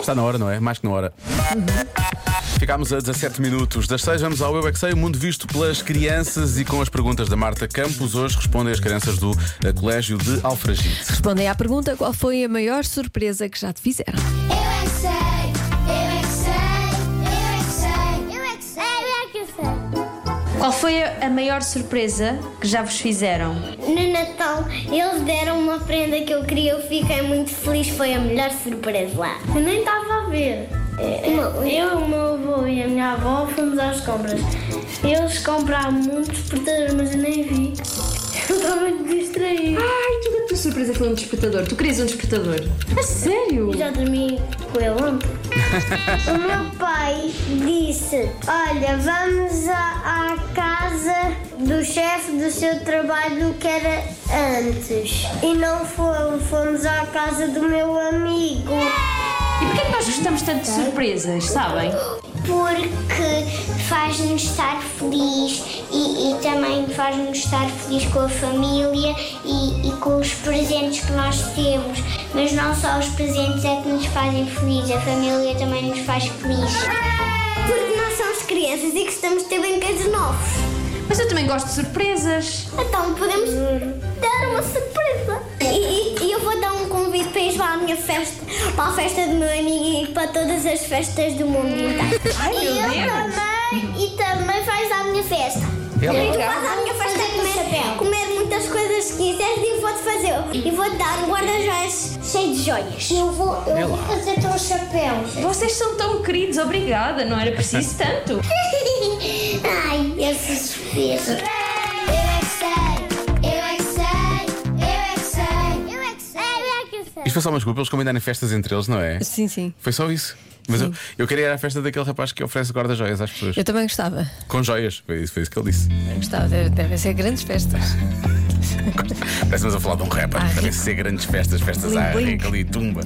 Está na hora, não é? Mais que na hora. Ficámos a 17 minutos das 6. Vamos ao Eu é Que Sei, o mundo visto pelas crianças e com as perguntas da Marta Campos. Hoje respondem as crianças do eh, Colégio de Alfragide. Respondem à pergunta qual foi a maior surpresa que já te fizeram. Eu é que sei, eu é que sei, eu é que sei, eu é que sei, eu Qual foi a maior surpresa que já vos fizeram? é que sei. No Natal, eles deram uma prenda que eu queria, eu fiquei muito feliz, foi a melhor surpresa lá. É, Eu nem estava a ver. Eu, o meu avô e a minha avó fomos às compras. Eles compraram muitos portadores, mas eu nem vi. Eu estava muito distraída. Ai, toda a tua surpresa foi um despertador. Tu querias um despertador? A sério? Eu já dormi com ele ontem. o meu pai disse: Olha, vamos à, à casa do chefe do seu trabalho que era antes. E não fomos, fomos à casa do meu amigo. E porquê que nós gostamos tanto de surpresas, sabem? Porque faz-nos estar feliz e, e também faz-nos estar feliz com a família e, e com os presentes que nós temos. Mas não só os presentes é que nos fazem feliz, a família também nos faz feliz. Porque nós somos crianças e gostamos de ter brinquedos novos. Mas eu também gosto de surpresas. Então podemos dar uma surpresa. E, e- e eu vou dar um convite para ir lá à minha festa, para a festa do meu amigo e para todas as festas do mundo. é? Ai, meu Deus. também, e também vais à minha festa. Ela? tu vais à minha festa comer, comer muitas coisas que quiseres e eu vou-te fazer. E vou-te dar um guarda-joias cheio de joias. Eu vou, eu vou fazer-te um chapéu. Vocês são tão queridos, obrigada, não era preciso tanto. Ai, essas surpresa. Eu é que sei, eu é que sei, eu é que sei, eu é que sei, eu é que sei. Isto foi só uma desculpa, eles combinarem festas entre eles, não é? Sim, sim. Foi só isso. Mas eu, eu queria ir à festa daquele rapaz que oferece guarda-joias às pessoas. Eu também gostava. Com joias. Foi isso, foi isso que ele disse. Eu Gostava. Deve- Devem ser grandes festas. Parece-nos a falar de um rapper. rico. Parece ser grandes festas, festas à Bling, bling. rica ali, tumba.